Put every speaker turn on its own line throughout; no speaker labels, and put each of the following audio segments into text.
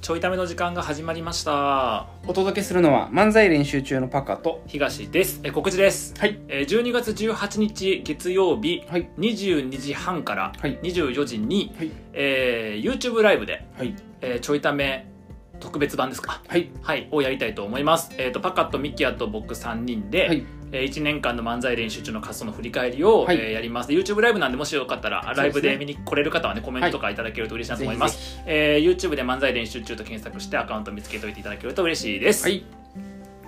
ちょいための時間が始まりました
お届けするのは漫才練習中のパカと
東ですえ告知です、
はい
えー12月18日月曜日
はい
22時半から
はい
24時に、
はい
えー YouTube ライブで、
はい
えーちょいため特別版ですか
はい
はいをやりたいと思いますえっ、とパカとミキアと僕3人で、
はい
え1年間の漫才練習中の活動の振り返りを、
はい
えーやりますで YouTube ライブなんでもしよかったら
うですね
ライブで見に来れる方はねコメントとかいただけると嬉しいなと思います、
ぜ
えー YouTube で漫才練習中と検索してアカウント見つけておいていただけると嬉しいです、
ひぜ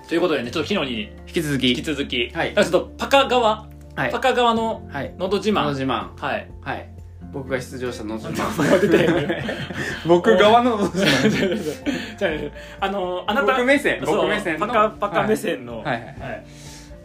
ひ
ということでねちょっと昨日に
はい引き続
引き
き
続き、
はい
だからちょっとパカ側、
はい
パカ側の
はい
のど自
のど
慢
自慢
はい
はい僕が出場したのど
出
自
てる
慢 僕側ののど自慢
じゃああのあなた
僕目線
そう
僕目線の
パカパカ目線の、
はいはい
はい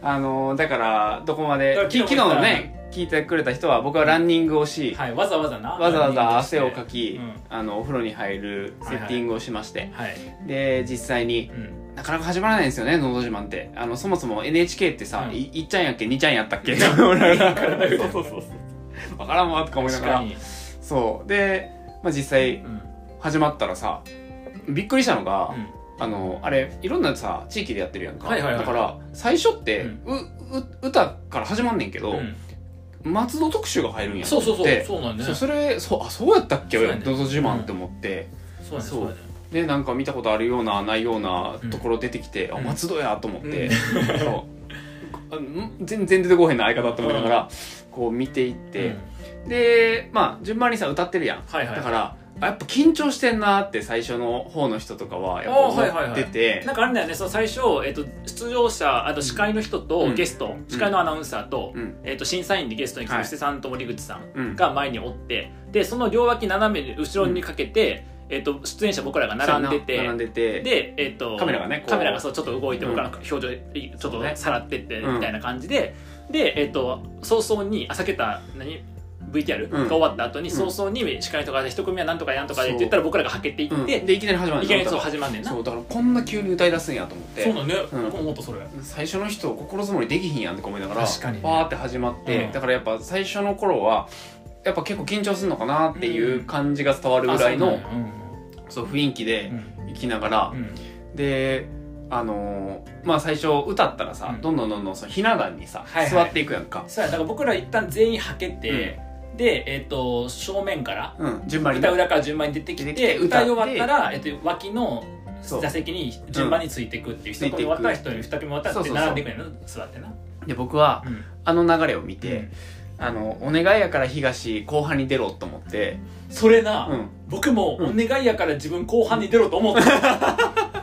あのーだからどこま
だ
で
から
き昨日のね聞いてくれた人は僕はランニングをし
はいわざわざな
わざわざ汗をかき
うん
あのお風呂に入るセッティングをしまして
はい、
で実際に
うん、
なかなか始まらないんですよね「のど自慢」ってあのそもそも NHK ってさ、
うん
い1ちゃんやっけ2ちゃんやったっけ
そうそう
分
そうそう
からんわとか思いな
確
が
からに、
そうで、まあ、実際
うん
始まったらさびっくりしたのが、
うん
あのあれいろんなさ地域でやってるやんか、
はいはいはい
だから最初って、
うん
うう歌から始まんねんけど、
うん
松戸特集が入るんや
そうそうそう
で
そうなんね
そうそれそうあそうやったっけ
そう
よ
や
「
ね
のど自慢」って思って、
そうなん
そう
ね
でなんか見たことあるようなないような
うん
ところ出てきて、
う
あ
ん
松戸やと思って、
うん
そうあん全然出てこへんな相方って思いながらこう見ていっ
そうやね
て、でまあ順番にさ歌ってるやん、
うんはいはい
だからあやっぱ緊張してんなって最初の方の人とかはやっ
あーはい
ぱ
はい
思
は
っ
い
てて
なんかあれだよねその最初、えっと出場者あと司会の人と
うん
ゲスト、司会のアナウンサーと,、
うん
えっと審査員でゲストに来て
はい
布施さんと森口さん
うん
が前におってでその両脇斜めに後ろにかけて、えっと出演者僕らが並んでて
並んでて
で、えっと
カメラがねこう
カメラがそうちょっと動いて
うん
僕らの表情ちょっ
そう
と
ね
さらってって
うん
みたいな感じで、で、えっと早々にあ避けた何 VTR が
うん
終わった後に、
ん
早々に司会の人が一組はなんとかやなんとかでって言ったら僕らがはけていって、
うん
で
でいきなり始まる
いきなりそう始まんねんな
そうだからこんな急に歌い出すんやと思って
そうなんね、
うん
僕も思ったそれ
最初の人心づもりできひんやんとか思いながら
確かにね
バーって始まって、
うん
だからやっぱ最初の頃はやっぱ結構緊張するのかなっていう感じが伝わるぐらいの、
あそうなんや
そう雰囲気
う
で
ん
行きながら
う、んうん
であのーまあ最初歌ったらさ、
うん
どんどんどんどんそのひな壇にさ、
はいはい
座っていくやんか、
そうやだから僕ら一旦全員はけて、で、えっと正面から
うん、順番に
歌裏から順番に出てきて
出てきて
歌
歌
い
って
終わったら、えっと脇の
そう
座席に順番についていくっていう、
うん
一組終わったら一
ついて
人
いく
二組終わったら
そ
っ
う
て
そうそう
並んでいくねんな座ってな、
で僕は
うん
あの流れを見て、あのお願いやから東後半に出ろと思って、
それな、
うん、
僕もお願いやから自分後半に出ろと 思った、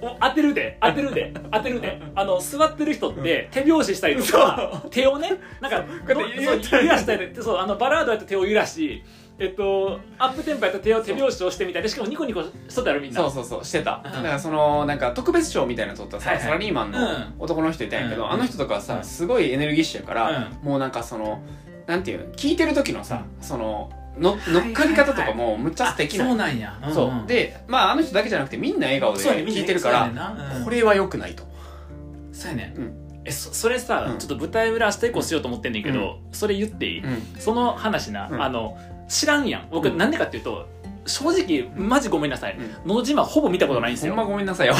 お当てるで当てるで当てるであの座ってる人って手拍子したりとか手をねなんか
こうやって
どそう揺らしたりそうあのバラードやったら手を揺らしえっとアップテンポやったら手を手拍子をしてみたいでしかもニコニコしとったやろみんな
そうそうそうしてた、
うん
だからそのなんか特別賞みたいなの取ったさ、
はいはい
サラリーマンの
うん
男の人いたんやけど、
うん
あの人とかさ、
うん
すごいエネルギッシュやから、もうなんかそのなんていうの聞いてる時のさ、そのの
い
乗っかり方とかもむっちゃ素敵な、
あそうなんや、んん
そうでまああの人だけじゃなくてみんな笑顔で
そうやねみんな
聞いてるから、
そうやねんなうん
これは良くないと、
そうやね、
うん
えそそれさ、
うん
ちょっと舞台裏明日以降しようと思ってんねんけど、それ言っていい、
うん
その話な、
うん
あの知らんやん僕
うん
なんでかっていうと正直マジごめんなさい
う
「
ん
のど自慢」ほぼ見たことないんです
ほ
よ、
んまごめんなさいよ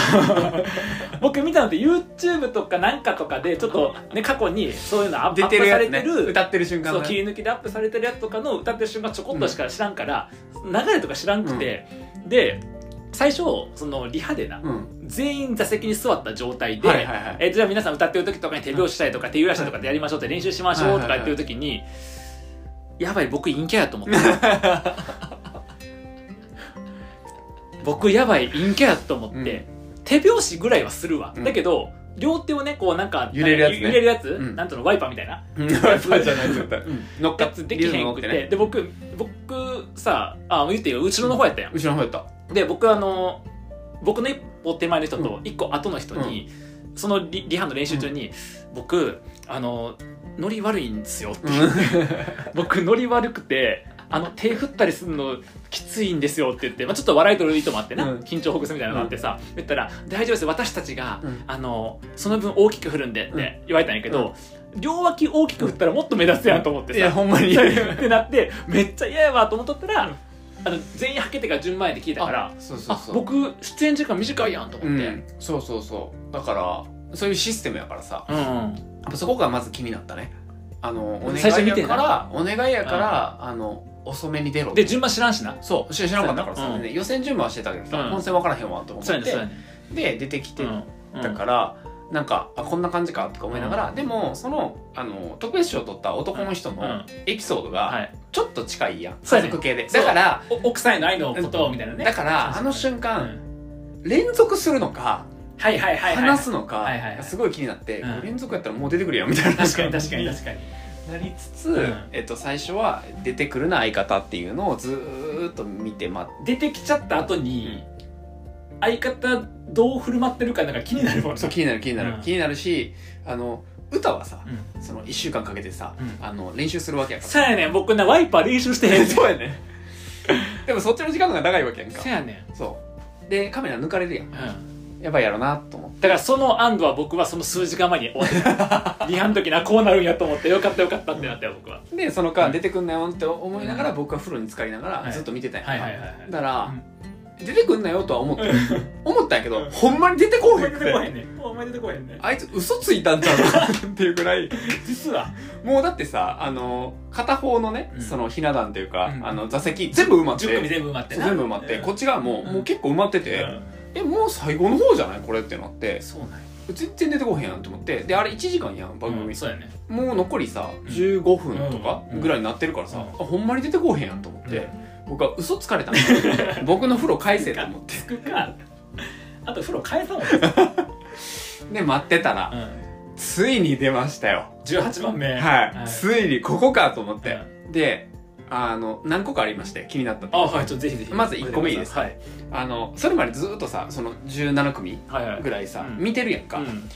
僕見たのって YouTube とかなんかとかでちょっと、ね、過去にそういうのアップ
出
アッ
て
プ
る
さ
や
れ
つ
て
ね
る
歌ってる瞬間
そう
ね
切り抜きでアップされてるやつとかの歌ってる瞬間ちょこっとしか知らんから、流れとか知らんくて、で最初そのリハでな、
うん
全員座席に座った状態で、
はいはいはい
えじゃあ皆さん歌ってる時とかに手拍子したりとか手揺らしたりとかでやりましょうって練習しましょうとか言ってる時に、やばい僕陰キャやと思った僕やばい陰キャやと思って、手拍子ぐらいはするわ、
うん
だけど両手をねこうなんか
揺れるやつね
揺れるやつ、
うん
なんとのワイパーみたいな
うん ワイパーじゃない絶対乗っか
や
っ
つできへんくて
リズム乗ってね
で僕僕さあ言っていいよ後ろの方やったやん
後ろの方やった
で僕あの僕の一歩手前の人と一個後の人に、そのリリハの練習中に、僕あのノリ悪いんですよって、 僕ノリ悪くてあの手振ったりするのきついんですよって言って、まあ、ちょっと笑いとる意図もあってな、
うん
緊張ほぐすみたいなのがあってさ、言ったら「大丈夫です私たちが、
うん
あのその分大きく振るんで」って言われたんやけど、両脇大 きく振ったらもっと目立つやんと思ってさ
いやほんまに
ってなってめっちゃ嫌やわと思っとったら、あの全員はけてから順前で聞いたから
そうそう
あ
そう
僕出演時間短いやんと思
う
って、うん
ん、そうそうそうだからそういうシステムやからさ
うん、
やっぱそこがまず気になったねあのお願
最初
い
見て
や
な
からお願いやから、あの遅めに出ろ
で順番知らんしな
そう知らなかったからさ、
うん
でね予選順番はしてたけどさ、
うん
本戦分からへんわと思
そう
っ
やね
て、
そうやね
で出てきて
うん
だから、なんかあこんな感じかとか思いながら、でもそのあの特別賞を取った男の人
うんう
の
ん
エピソード
は
が
い、
ちょっと近いやん、
そう
家
やね
族系で
そ
だ
う
から
お奥さんへの愛のことをみたいなね
だからあの瞬間、連続するのか
はいはいはい、はい、
話すのか、
はいはいはい
すごい気になって、
うん
連続やったらもう出てくるやんみたいな
確かに確かに確かに
なりつつ、
うん
えっと、最初は出てくるな相方っていうのをずーっと見て待っ
出てきちゃった後に、相方どう振る舞ってるかなんか気になるもん
て
ね
そう気になる気になる、
うん
気になるしあの歌はさ
うん
その1週間かけてさ、
うん
あの練習するわけやから
そうやねん僕なワイパー練習してへんねん
そうやねでもそっちの時間の方が長いわけやんか
そうやね
そうでカメラ抜かれるや
ん、
ん
うん
やばいやろなと思って
だからその安堵は僕はその数時間前に終わ ったリハの時なこうなるんやと思ってよかったよかったってなったよ僕は
でその間出てくんなよって思いながら
うん
僕は風呂に浸かりなが
は
ら
い
ずっと見てたんやん
はい
か
はいはいはい
だから
うん
出てくんなよとは思ったよ思ったんやけ
う
ど
ん
ほんまに出てこ
お
うへ
前
ん
出
く
てこへ
て
んね お前出てこへんね
あいつ嘘ついたんちゃうかなっていうぐらい
実は
もうだってさあの片方のね
うん
そのひな壇というか
うん
あの座席全部埋まって
10組全部埋まってな
全部埋まって
うん
こっち側も
うん
もう結構埋まってて
う
えもう最後の方じゃないこれってなって
んそうなんや
全然出てこへんやんと思ってであれ1時間やん番組、
うんそうやね
もう残りさ
ん
15分とか
うん
ぐらいになってるからさ、
うん
あほんまに出てこへんやんと思って、
で
僕は嘘つかれたんだ僕の風呂返せと思って
つくかあと風呂返さない
で待ってたらついに出ましたよ
18番目
はい、
す
ついにここかと思っ
う
て、であの何個かありまして気になった
あはいちょっとぜひぜひ
まず一個目いいです
はい
あのそれまでずっとさその17組
はいはい
ぐらいさ、
うん
見てるやんか、
うん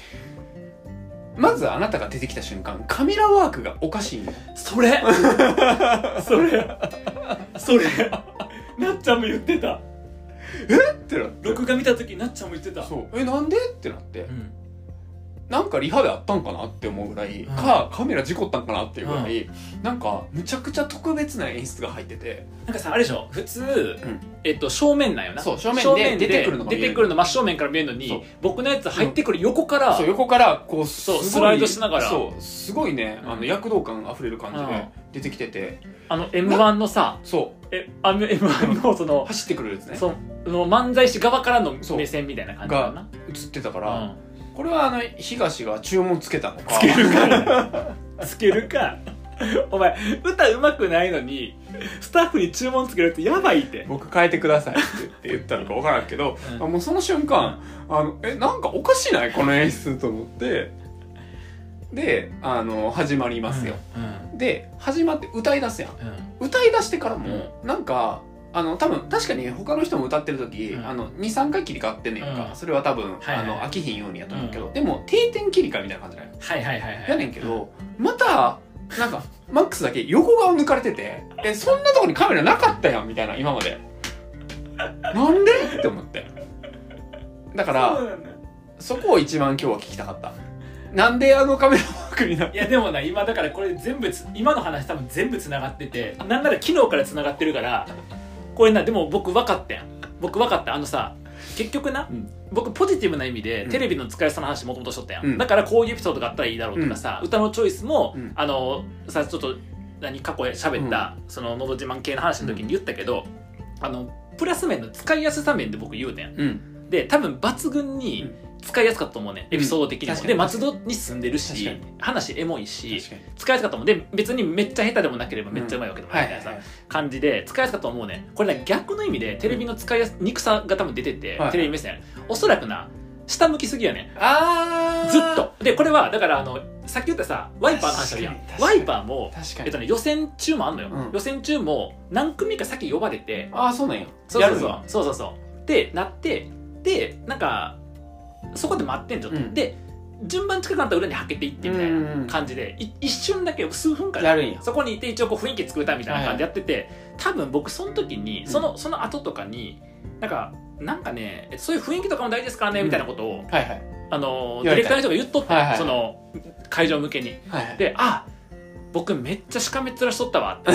まずあなたが出てきた瞬間カメラワークがおかしいんよ
そ れそれそれなっちゃんも言ってた
ってなって
録画見た時なっちゃんも言ってた
そうえなんでってなって、
うん
なんかリハであったんかなって思うぐら
う
い、
ん
かカメラ事故ったんかなっていうぐらい、なんかむちゃくちゃ特別な演出が入ってて
なんかさあれでしょ普通、
ん
えっと、正面なんよな
そう正面で出てくるのが見え
出
る
てくるの真正面から見えるの
そう
に僕のやつ入ってくる横から、
そう横からこうす
そ
ご
う
い
スライドしながら
そうすごいねあ
う
の
ん
躍動感あふれる感じ
うん
で出てきてて、
あの m 1のさ
そ
えあの m 1のそうの
走ってくるやつね
その漫才師側からの
そう
目線みたいな感じかな
映ってたか
う
ら、
ん
これはあの東が注文つけたのか
つけるかつけるかお前歌うまくないのにスタッフに注文つけるってやばいって
僕変えてくださいって言ったのか分からんけど、
うん
あもうその瞬間あのえなんかおかしないこの演出と思ってであの始まりますよ、
うん
で始まって歌い出すやん
うん
歌い出してからもなんかあの多分確かに他の人も歌ってる時、
うん
あの23回切り替わってんねんか、
うん
それは多分、
はいはい
あの飽きひんようにやと思うけど、でも定点切り替えみたいな感じなんや
はいはいはいはい
やねんけど、またなんかマックスだけ横顔抜かれててえそんなとこにカメラなかったやんみたいな今までなんでって思ってだか
そ
ら
うなんだ
そこを一番今日は聞きたかったなんであのカメラワークになっ
いやでもな今だからこれ全部つ今の話多分全部つながっててなんなら昨日からつながってるからこれなでも僕分かったやん僕分かったあのさ結局な、
うん
僕ポジティブな意味で、
うん
テレビの使いやすさの話もともとしとったやん、
うん
だからこういうエピソードがあったらいいだろうとかさ、歌のチョイスも、
うん
あのさちょっと何過去喋った、その「のど自慢」系の話の時に言ったけど、あのプラス面の使いやすさ面で僕言うてん
うん
で多分抜群に使いやすかったと思うね、エピソード的に
うん
も
確
で
かに
松戸に住んでるし
確か
話エモいし
確かに
使いやすかったもんで別にめっちゃ下手でもなければめっちゃうまいわけでもな
はいい
み
は
たい
い
な
は
さ
い
感じで使いやすかったと思うねこれね逆の意味でテレビの使いやすにくさが多分出てて、
はい
テレビ目線おそらくな下向きすぎやね
あー
ずっとでこれはだからあのさっき言ったさワイパーの話あるやん
確かに確か
ワ
に
イパーも
確か
えっ
に
とね、予選中もあんのよ、
うん
予選中も何組か先呼ばれて
ああそうなんや
そう
や
そう
る
そう
ぞ
そうそうそうでなってでなんかそこで待ってんちょっと、
うん
で順番近くなったら裏にはけていってみたい
うんうんう
なん感じで、い一瞬だけ数分間
やるんや
そこにいて一応こう雰囲気作ったみたいな感じでやってて、多分僕その時にその,、その後とかになんかなんかねそういう雰囲気とかも大事ですからねみたいなことを、
はいはい
あのデ
言わ
ィレ
れ
ク
た
ターの人が言っとって、
はいはい
その会場向けに
はいはい
であ僕めっちゃしかめっ面しとったわって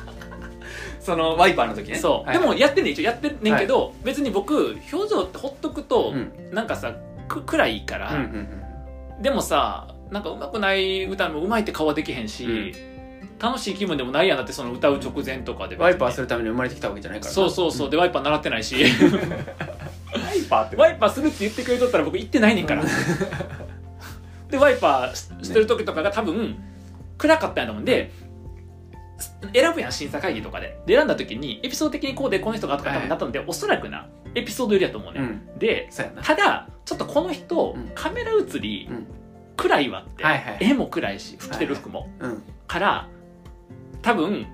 そのワイパーの時ね
そう、
はい
でもやってんねん一応やってんねんけど、別に僕表情ってほっとくと、
うん
なんかさく暗いから、
うんうん
でもさなんかうまくない歌もうまいって顔はできへんし、
うん
楽しい気分でもないやんだってその歌う直前とかで
う
別に
んワイパーするために生まれてきたわけじゃないからな
そうそうそうでワイパー習ってないし
ワイパーって
ワイパーするって言ってくれとったら僕行ってないねんからでワイパーししてる時とかが多分暗かったんやと思うんで、選ぶやん審査会議とかでで選んだ時にエピソード的にこうでこの人がとか多分なったので、おそらくなエピソードよりやと思うね、
うん
で
そうやな
ただちょっとこの人、
うん
カメラ映り、
うん
暗いわって、
はいはい
絵も暗いし着てる服も、
うん
から多分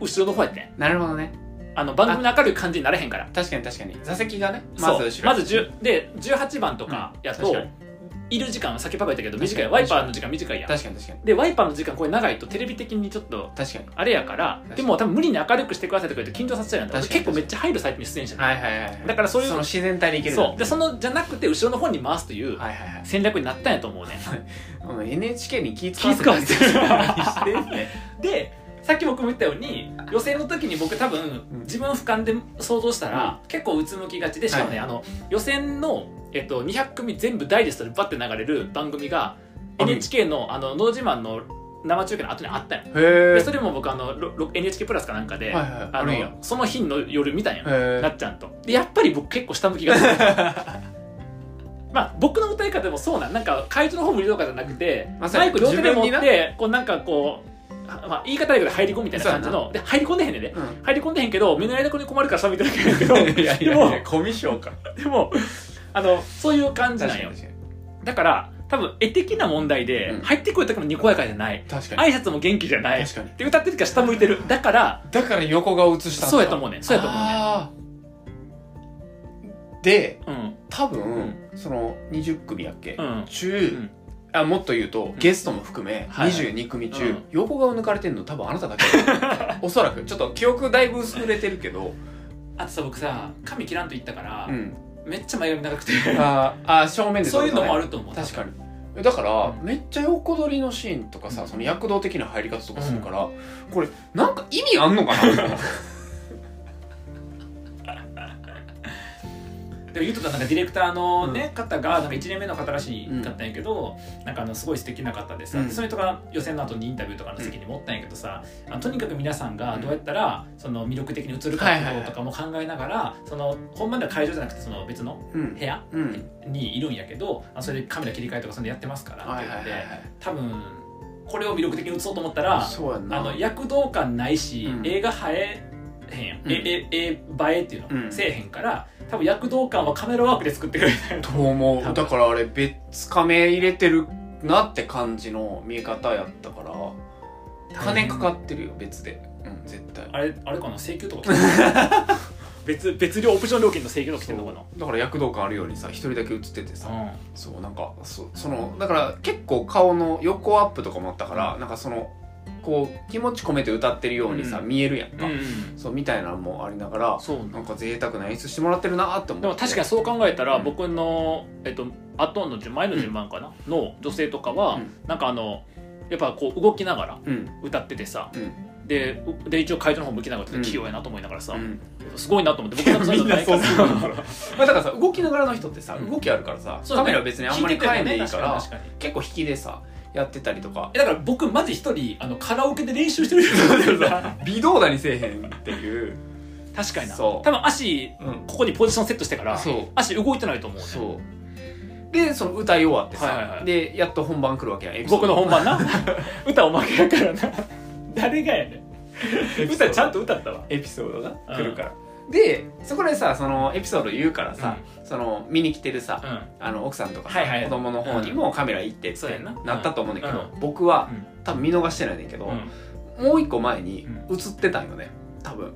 後ろの方やってん
なるほどね
あの番組の明るい感じになれへんから
確かに確かに座席がねま
そう
ず後ろ
まず10で18番とかやと、
確かに
いる時間さっきパパ言ったけど
確
短
か
い
に
ワイパーの時間短いやん
確かに確かに
でワイパーの時間これ長いとテレビ的にちょっと
確かに
あれやから
確か
で
に
も多分無理に明るくしてくださいとか言うと緊張させちゃうやん
確かに
結構めっちゃ入る最近出演者、
はいはいはい
だからそういう
その自然体でいける
そうでそ
の
のじゃなくて後ろの方に回すという
はいはいはい
戦略になったんやと思うね
お前 NHK に気使
気使わせてる
してんね
でさっき僕も言ったように予選の時に僕多分
うん
自分俯瞰で想像したら、結構うつむきがちでしかもね、
は
あの予選の、えっと、200組全部ダイジェストでバッて流れる番組が NHK の「あののど自慢」の生中継の後にあったんよ
へえ
でそれも僕あのろろ NHK プラスかなんかで、
はいはい
あ
あ
の
るんや
その日の夜見たんや、
へ
なっちゃんとでやっぱり僕結構下向きが まあ僕の歌い方もそうなんなんか会場の方無理とかじゃなくて、
まさ
マ
に
イク両手で持
自
っ
分に
てこうなんかこう、はまあ、言い方だけど入り込むみたいな感じ
そう
ので入り込んでへんねんで
う
入り込んでへんけど目の間に困るから下見てるけど
ん いやい
で
やい
も
やコミュ障か
でもあのそういう感じな
確か
ん
に
よ
確かに
だから多分絵的な問題で、
うん
入ってくる時もにこやかじゃない
確かに
挨拶も元気じゃない
確かに
で歌ってる時は下向いてるだから
だから横顔映したんだ
そうやと思うねそうやと思うね
あーで
うん
多分、その20組やっけ、
うん
中、
ん
あもっと言うと、ゲストも含め
はい
22組中、
うん
横顔抜かれてんの多分あなただけ おそらくちょっと記憶だいぶ薄れてるけど、
あとさ僕さ髪切らんと言ったから、
うん、
めっちゃ前髪長くて
あーあー正面で
そういうのもあ
る
ると思う
確かにえだから、
うん
めっちゃ横取りのシーンとかさ、
うん
その躍動的な入り方とかするから、これなんか意味あんのか な
でも言うとったなんかディレクターの、ね方がなんか1年目の方らしいかったんやけど、なんかあのすごい素敵な方でさ、
うん
でそれとか予選の後にインタビューとかの席に持ったんやけどさ、あのとにかく皆さんがどうやったらその魅力的に映るかっていうこととかも考えながら、その本番では会場じゃなくてその別の
うん
部屋
うん
にいるんやけどあそれでカメラ切り替えとかそれでやってますからっ
は
て
い
言っ
はいは
て、
いはい
多分これを魅力的に映そうと思ったら
そうやんな
あの躍動感ないし、
うん
映画映えへんやん、
うん
えええ映えっていうの、
うん
せえへんから多分躍動感はカメラワークで作ってくれた よ
と思
多分
うだからあれ別カメ入れてるなって感じの見え方やったから金かかってるよ別でうん絶対
あれあれかな請求とか来てる 別別料オプション料金の請求とか来てるのかな
だから躍動感あるようにさ一人だけ映っててさ、
うん
そうなんかそそのだから結構顔の横アップとかもあったから、なんかそのこう気持ち込めて歌ってるようにさ、
うん
見えるやんか、
うんうん
そうみたいなのもありながら
そうな
なんか贅沢な演出してもらってるなって思っ
で
て
も確かにそう考えたら、
うん
僕の、えっと、後の順前の順番かな、の女性とかは、
うん
なんかあのやっぱこう動きながら
うん
歌っててさ
うん
でうで一応会場の方向きながらちょっと器用やなと思いながらさ、
うん
すごいなと思って僕多分そういうのない から
みんなそうするまあだからさ動きながらの人ってさ、
うん
動きあるからさ、
そうだ
カ
ね
メラ別にあんまり変えんでいいから、
聞ててもね確かに確かに
結構引きでさやってたりとか
えだから僕マジ一人あのカラオケで練習してる人いるから
微動だにせえへんっていう、
確かにな
そう
多分足ここにポジションセットしてから
そ
足動いてないと思う
う
ね
そうでその歌い終わってさ、
はいはいはい
でやっと本番来るわけやんエピソー
僕
ド
の本番な歌おまけやからな誰がやね
エ
ん
ピソー
歌
ド
ちゃんと歌ったわ
エピソードが
うん
来るから、でそこでさそのエピソード言うからさ、その見に来てるさ、
う
あの奥さんとかさ、
はいはい
子供の方にもカメラ行ってって
そうやな
なったと思うんだけど、
う
僕は
ん
多分見逃してないんだけど、
うん
もう一個前に映ってたんよね多分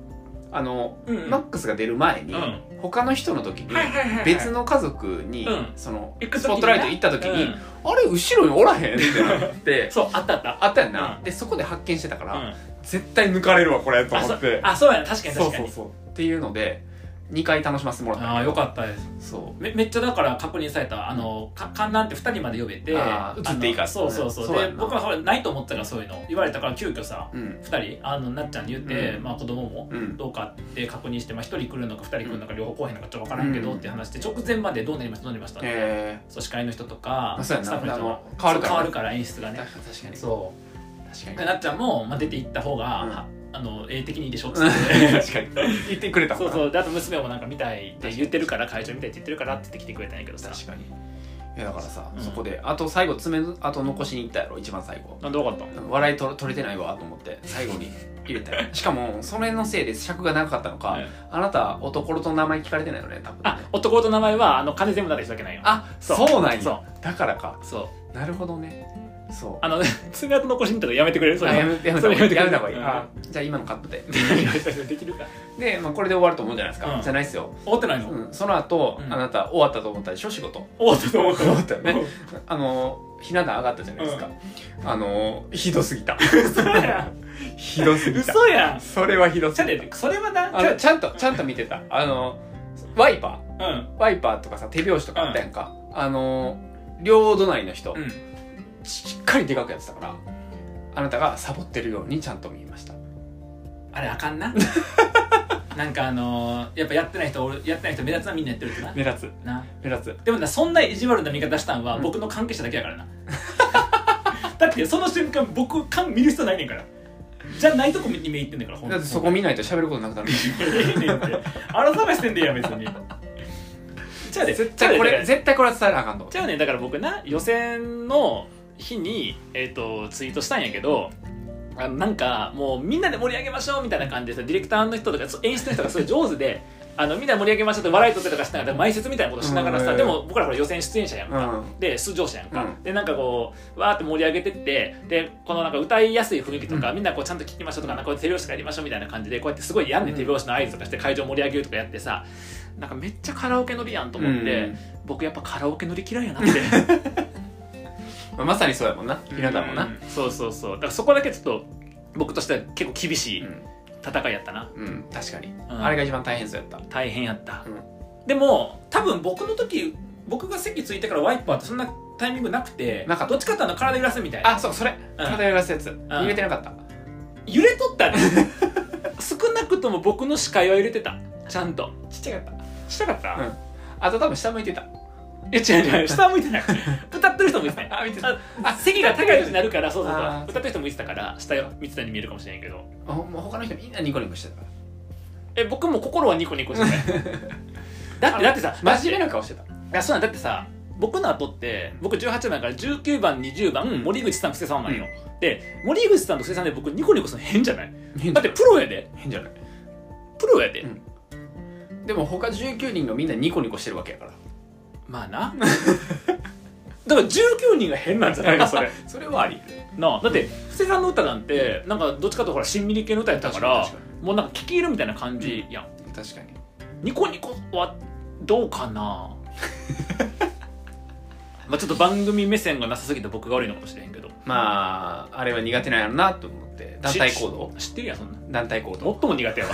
あの、
うんうん
マックスが出る前に、
うん
他の人の時に
はいはいはいはい
別の家族に、
うん
その
行く時にね
スポットライト行った時に、
うん
あれ後ろにおらへんってなっ て
そうあったあった
あったやんな、
うん
でそこで発見してたから、
うん
絶対抜かれるわこれと
あ
思
そ
って
あそうやな確かに
そ
確
う
か
そう
に
そうっていうので2回楽しませてもらった
ああよかったです
そう
めめっちゃだから確認されたあのか観覧って2人まで呼べて
あー映っていいか
あのそうそうそう
そうや
で
んな
僕はそれないと思ったからそういうの言われたから急遽さ
うん
2人あのなっちゃんに言って、
うん
まあ、子供も
うん
どうかって確認して、まあ、1人来るのか2人来るのか両方来へんのかちょっと分からんけど
うん
って話して直前までどうなりましたどうなりましたって、
え
そう司会の人とか
まあ
ス
そう
タ
やな
ッフの人
あ
も
の変わ
そう
るからね
変わるから演出が
ー、
ね
確かに
そ
確か
う
に
でなっちゃんも、まあ、出て行った方が、
うん
はあの絵的にいいでしょっつって
確かに 言ってくれた
そう
う
そうであと娘もなんか見たいって言ってるから会場見たいって言ってるからって言って来てくれたんやけどさ
確かにいやだからさ、
うん
そこであと最後爪あと残しに行ったやろ一番最後
なんで分かったの
笑いと取れてないわと思って最後に入れたよしかもそれのせいで尺が長かったのか、
はい
あなた男と名前聞かれてないよね多分
あ
ね
男と名前はあの金全部なら人だけないよ
あ
そ
そううなん
そ
やだからか
そう
なるほどねそう
あの 爪痕残しに行ったらやめてくれるそ
あ
れ
やめやめ
そ
た
れ
方
やめてくれ
がいいやめた方がいいあじゃあ今のカットで
できるか
で、まあ、これで終わると思うじゃないですか、
うん
じゃないですよ、
終わってないの、
うん、その後、
うん
あなた終わったと思ったでしょ仕事
終わったと思った
終わったよねあのひな壇上がったじゃないですか、あのひどすぎたひどすぎた
嘘やん
それはひど
ち
す
ゃ
ぎ
でそれはな
たあのちゃんとちゃんと見てたあのワイパ
うんうん
ーワイパーとかさ手拍子とかあったやんか、あの両隣の人、しっかりでかくやってたからあなたがサボってるようにちゃんと見えました
あれあかん ななんかあのーやっぱやってない人おるやってない人目立つなみんなやってるってな
目立つ
な
目立つ
でもなそんな意地悪な見方したんは
うん
僕の関係者だけやからな だってその瞬間僕勘見る人ないねんからじゃないとこに目いってんだからほん
だって そこ見ないと喋ることなくなる
ええねんって荒探してんでええやん別にじゃあね
絶対これ 絶対これは伝えなあかんと
じゃあねだから僕な予選の日に、えー、とツイートしたんやけどあのなんかもうみんなで盛り上げましょうみたいな感じでさディレクターの人とかそう演出の人がすごい上手であのみんな盛り上げましょうって笑い取ったりとかしながら前説みたいなことしながらさ、
うん
でも僕らほら予選出演者やんか、
うん
で出場者やんか、
うん
でなんかこうわーって盛り上げてってでこのなんか歌いやすい雰囲気とか、
うん
みんなこうちゃんと聞きましょうとかなんかこうやって手拍子とかやりましょうみたいな感じでこうやってすごいやんね、
うん
手拍子の合図とかして会場盛り上げるとかやってさなんかめっちゃカラオケ乗りやんと思って、
うん
僕やっぱカラオケ乗り嫌いやなって
まあまさにそうやもんなひな壇もな
うんそうそうそうだからそこだけちょっと僕としては結構厳しい戦いやったな、
うん、うん確かに、
ん
あれが一番大変そうやった
大変やった、
うん
でも多分僕の時僕が席ついてからワイパーってそんなタイミングなくて
なかった
どっちかっていうと体揺らすみたいな
あそうそれ体揺らすやつ、揺れてなかった
揺れとったね 少なくとも僕の視界は揺れてたちゃんと
ちっちゃかっ
したかった、
たうんあと多分下向いてた
え違う違う 下向いてない歌ってる人もいてない
あ見てた
あ席が高い人になるからそうそうそう
あー
歌ってる人もいてたから下よ見てたように見えるかもしれないけど
あほんま他の人みんなニコニコしてたか
え僕も心はニコニコして ないだってだってさ
ら真面目な顔してた
いやそうなんだってさ僕の後って僕18番から19番20番森口さん布施さんなんよ、で森口さんと布施さんで僕ニコニコするの変じゃない
変
だってプロやで
変じゃない
プロやで、
うんでも他19人がみんなニコニコしてるわけやから
まあなだから19人が変なんじゃないのそ れ
それはあり
なあだって布施さんの歌なんてなんかどっちかというとほらしんみり系の歌やったから
確かに
もうなんか聴き入るみたいな感じやん、
確かに
ニコニコはどうか なまあちょっと番組目線がなさすぎて僕が悪いのかもしれへんけど
まああれは苦手なんやろなと思って団体行動
知知ってるやんそんな
団体行動
最も苦手やわ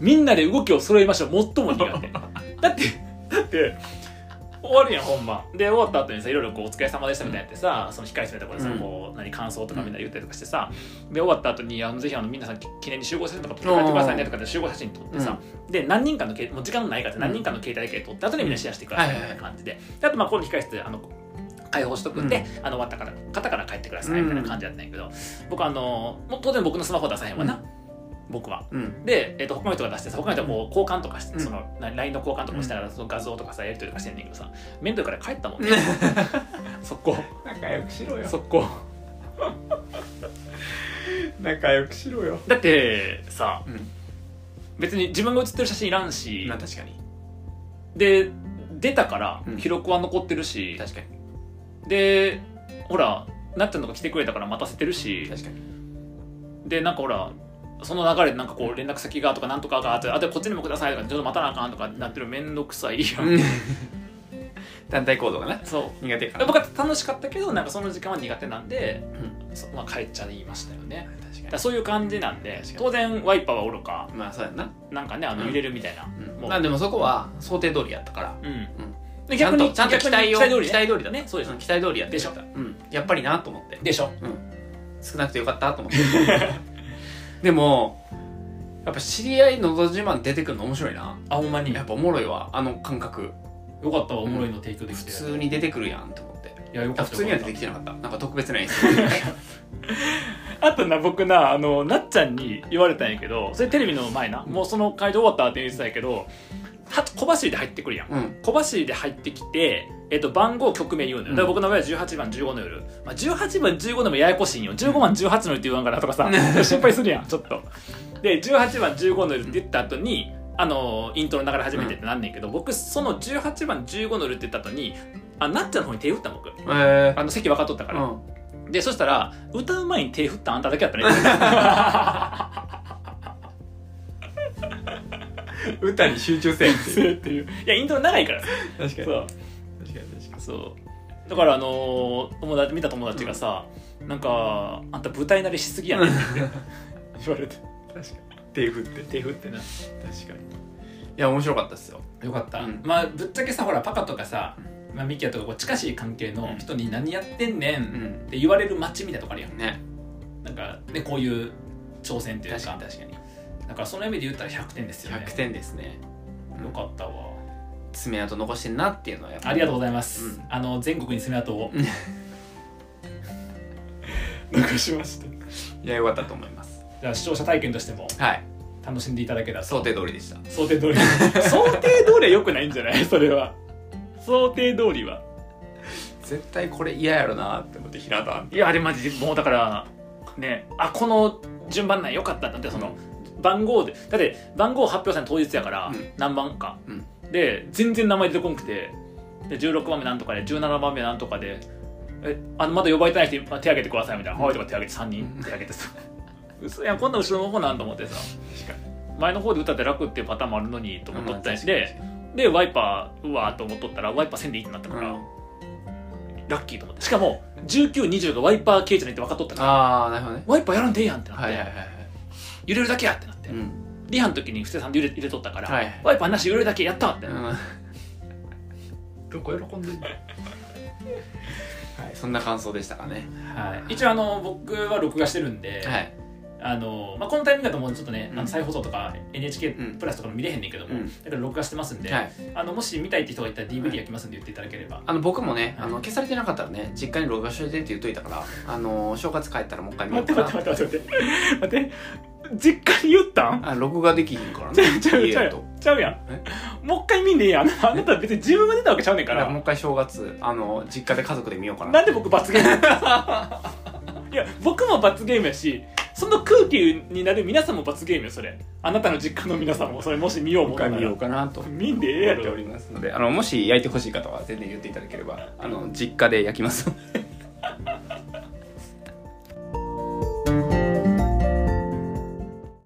みんなで動きを揃えましょう最も 苦手だってだって終わるやんほんまで終わった後にさいろいろこうお疲れ様でしたみたいなやってさ、その控え室みたいなところでさ、
うん
こう何感想とかみんなで言ったりとかしてさで終わった後にあのぜひあのみんなさんき記念に集合写真とか撮って帰ってくださいねとかで集合写真撮ってさ、で何人かの携もう時間ないからさ
うん
何人かの携帯だけ撮って後でみんなシェアしてくださいみたいな感じで,、であとまあこの控え室であの解放しとくんで、あの終わったから方から帰ってくださいみたいな感じだったんやけど、僕あのもう当然僕のスマホは出さへんわな、
うん
僕は
うん
で、えっと他の人が出してさ他の人はもう交換とかして、
うん
そのな LINE の交換とかもしながらその画像とかさやり取りとかしてんねんけどさ面倒やから帰ったもんね速 攻
仲良くしろ
速攻
仲良くしろよ
だってさ
うん
別に自分が写ってる写真いらんし
まあ確かに
で出たから
うん
記録は残ってるし、
確かに
でほらなっちゃんとか来てくれたから待たせてるし
確かに
でなんかほらその流れでなんかこう連絡先がとかなんとかがあとあとこっちにもくださいとかちょっと待たなあかんとかなってる面倒くさいやん
うん 団体行動がね
そ
苦手か
う
ら
僕は楽しかったけどなんかその時間は苦手なんで、
う
そまあ、帰っちゃいましたよね
確
だか
から
そういう感じなんで
確かに
当然ワイパーはおろか
にまあそうやんな、
なんかねあの
うん
揺れるみたいな、
うん
もう
まあでもそこは想定通りやったから
うんで
ちゃ
逆
んと
に
ちゃんと期待を
逆に期
期
待通りね
待通りだね
ねそうです
ん期待通りやってた
で
うん、やっぱりなと思って
でしょ
少なくてよかったと思って でもやっぱ知り合いのど自慢出てくるの面白いな
あほんまに
やっぱおもろいわあの感覚
よかったわおもろいの提供でき
普
て
通に出てくるやんと思って
いやよか
あ
った
普通には出てきてなかったなんか特別な 演出
あとな僕なあのなっちゃんに言われたんやけどそれテレビの前な、もうその会場終わったって言ってたんやけどは小走りで入ってくるやん
うん
小走りで入ってきて、えっと、番号曲名言うのよ、
うん
だから僕の場合は18番15の夜、まあ、18番15でもややこしいんよ15番18の夜って言わんからとかさ 心配するやんちょっとで18番15の夜って言った後にあのイントロの流れ始めてってなんねんけど、僕その18番15の夜って言った後にあなっちゃんの方に手打ったん僕
え
あの席分かっとったか
ー
ら、
うん
でそしたら歌う前に手振ったあんただけや った
歌に集中せんっていう
ね っていういやイントロ長いから
確かに
そう
確かに確か
そうだからあのー友達見た友達がさ、なんかあんた舞台慣れしすぎ やねんって言って言われて
に確かに手振って
手振ってな
確かにいや面白かったっすよ
よかった、
うん
まあぶっちゃけさほらパカとかさ、まあ、ミキヤとかこう近しい関係の人に何やってんねん
う
っ
ん
て言われる街みたいなとこあるやん
ね
なんかねこういう挑戦っていうか
確かに確かに
だからその意味で言ったら100点ですよね
100点ですね
よかったわ
爪痕残してんなっていうのはやっぱ
ありがとうございます、
うん
あの全国に爪痕を
うん
残しまして
いやよかったと思います
じゃあ視聴者体験としても
はい
楽しんでいただけたらと
想定通りでした
想定通り 想定通りはよくないんじゃないそれは想定通りは
絶対これ嫌やろなって思って平田
いやあれマジでもうだからねあこの順番なんよかったんだってその番号でだって番号発表された当日やから、
うん
何番か、
うん
で全然名前出てこんくてで16番目なんとかで17番目なんとかで「えあのまだ呼ばれてない人あ手挙げてください」みたいな「はい」とか手挙げて3人
うん
手挙げてさ嘘やんこんな後ろの方なんと思ってさ
確か
前の方で歌って楽っていうパターンもあるのにと思っとったりして、でワイパーうわーと思っとったらワイパー1000でいいってなったから、ラッキーと思ってしかも1920がワイパー系じゃないって分かっとったから
ああなるほどね
ワイパーやらんでええやんってなって、
はいはいはいはい
揺れるだけやってなって、
うん
リハの時に布施さんで揺れ揺れとったから、
はい
ワイパーなし揺れるだけやったわって、
どこ喜んでんのはいそんな感想でしたかね
はい、一応あの僕は録画してるんで、
はい
あのまあ、このタイミングだともうちょっとね、
うん
あの再放送とか NHK
うん
プラスとかも見れへんねんけども、
うん
だから録画してますんで、
はい
あのもし見たいって人がいたら DVD 焼きますんで言っていただければ、
あの僕もね、
はい
あの消されてなかったらね実家に録画しといてって言っといたからあの正月帰ったらもう一回見よ
待
う
って
か
待
な
って待って待って待って実家に言ったん
あ録画できひんから
ち
ね
ゃうちゃう
家
ちゃ
や
う
と
ちゃうやんもう一回見んでいい やんあなた別に自分が出たわけちゃうねん
だ
か
からも
ら
う一回正月あの実家で家族で見ようかな
なんで僕罰ゲーム いや僕も罰ゲームやしその空気になる皆さんも罰ゲームよそれあなたの実家の皆さんもそれもし見よう
もう
も
一
んな
回見よ
ら
うかなと
見んでええ
や
や
ってお
ろ
りますのであのもし焼いてほしい方は全然言っていただければあの実家で焼きますので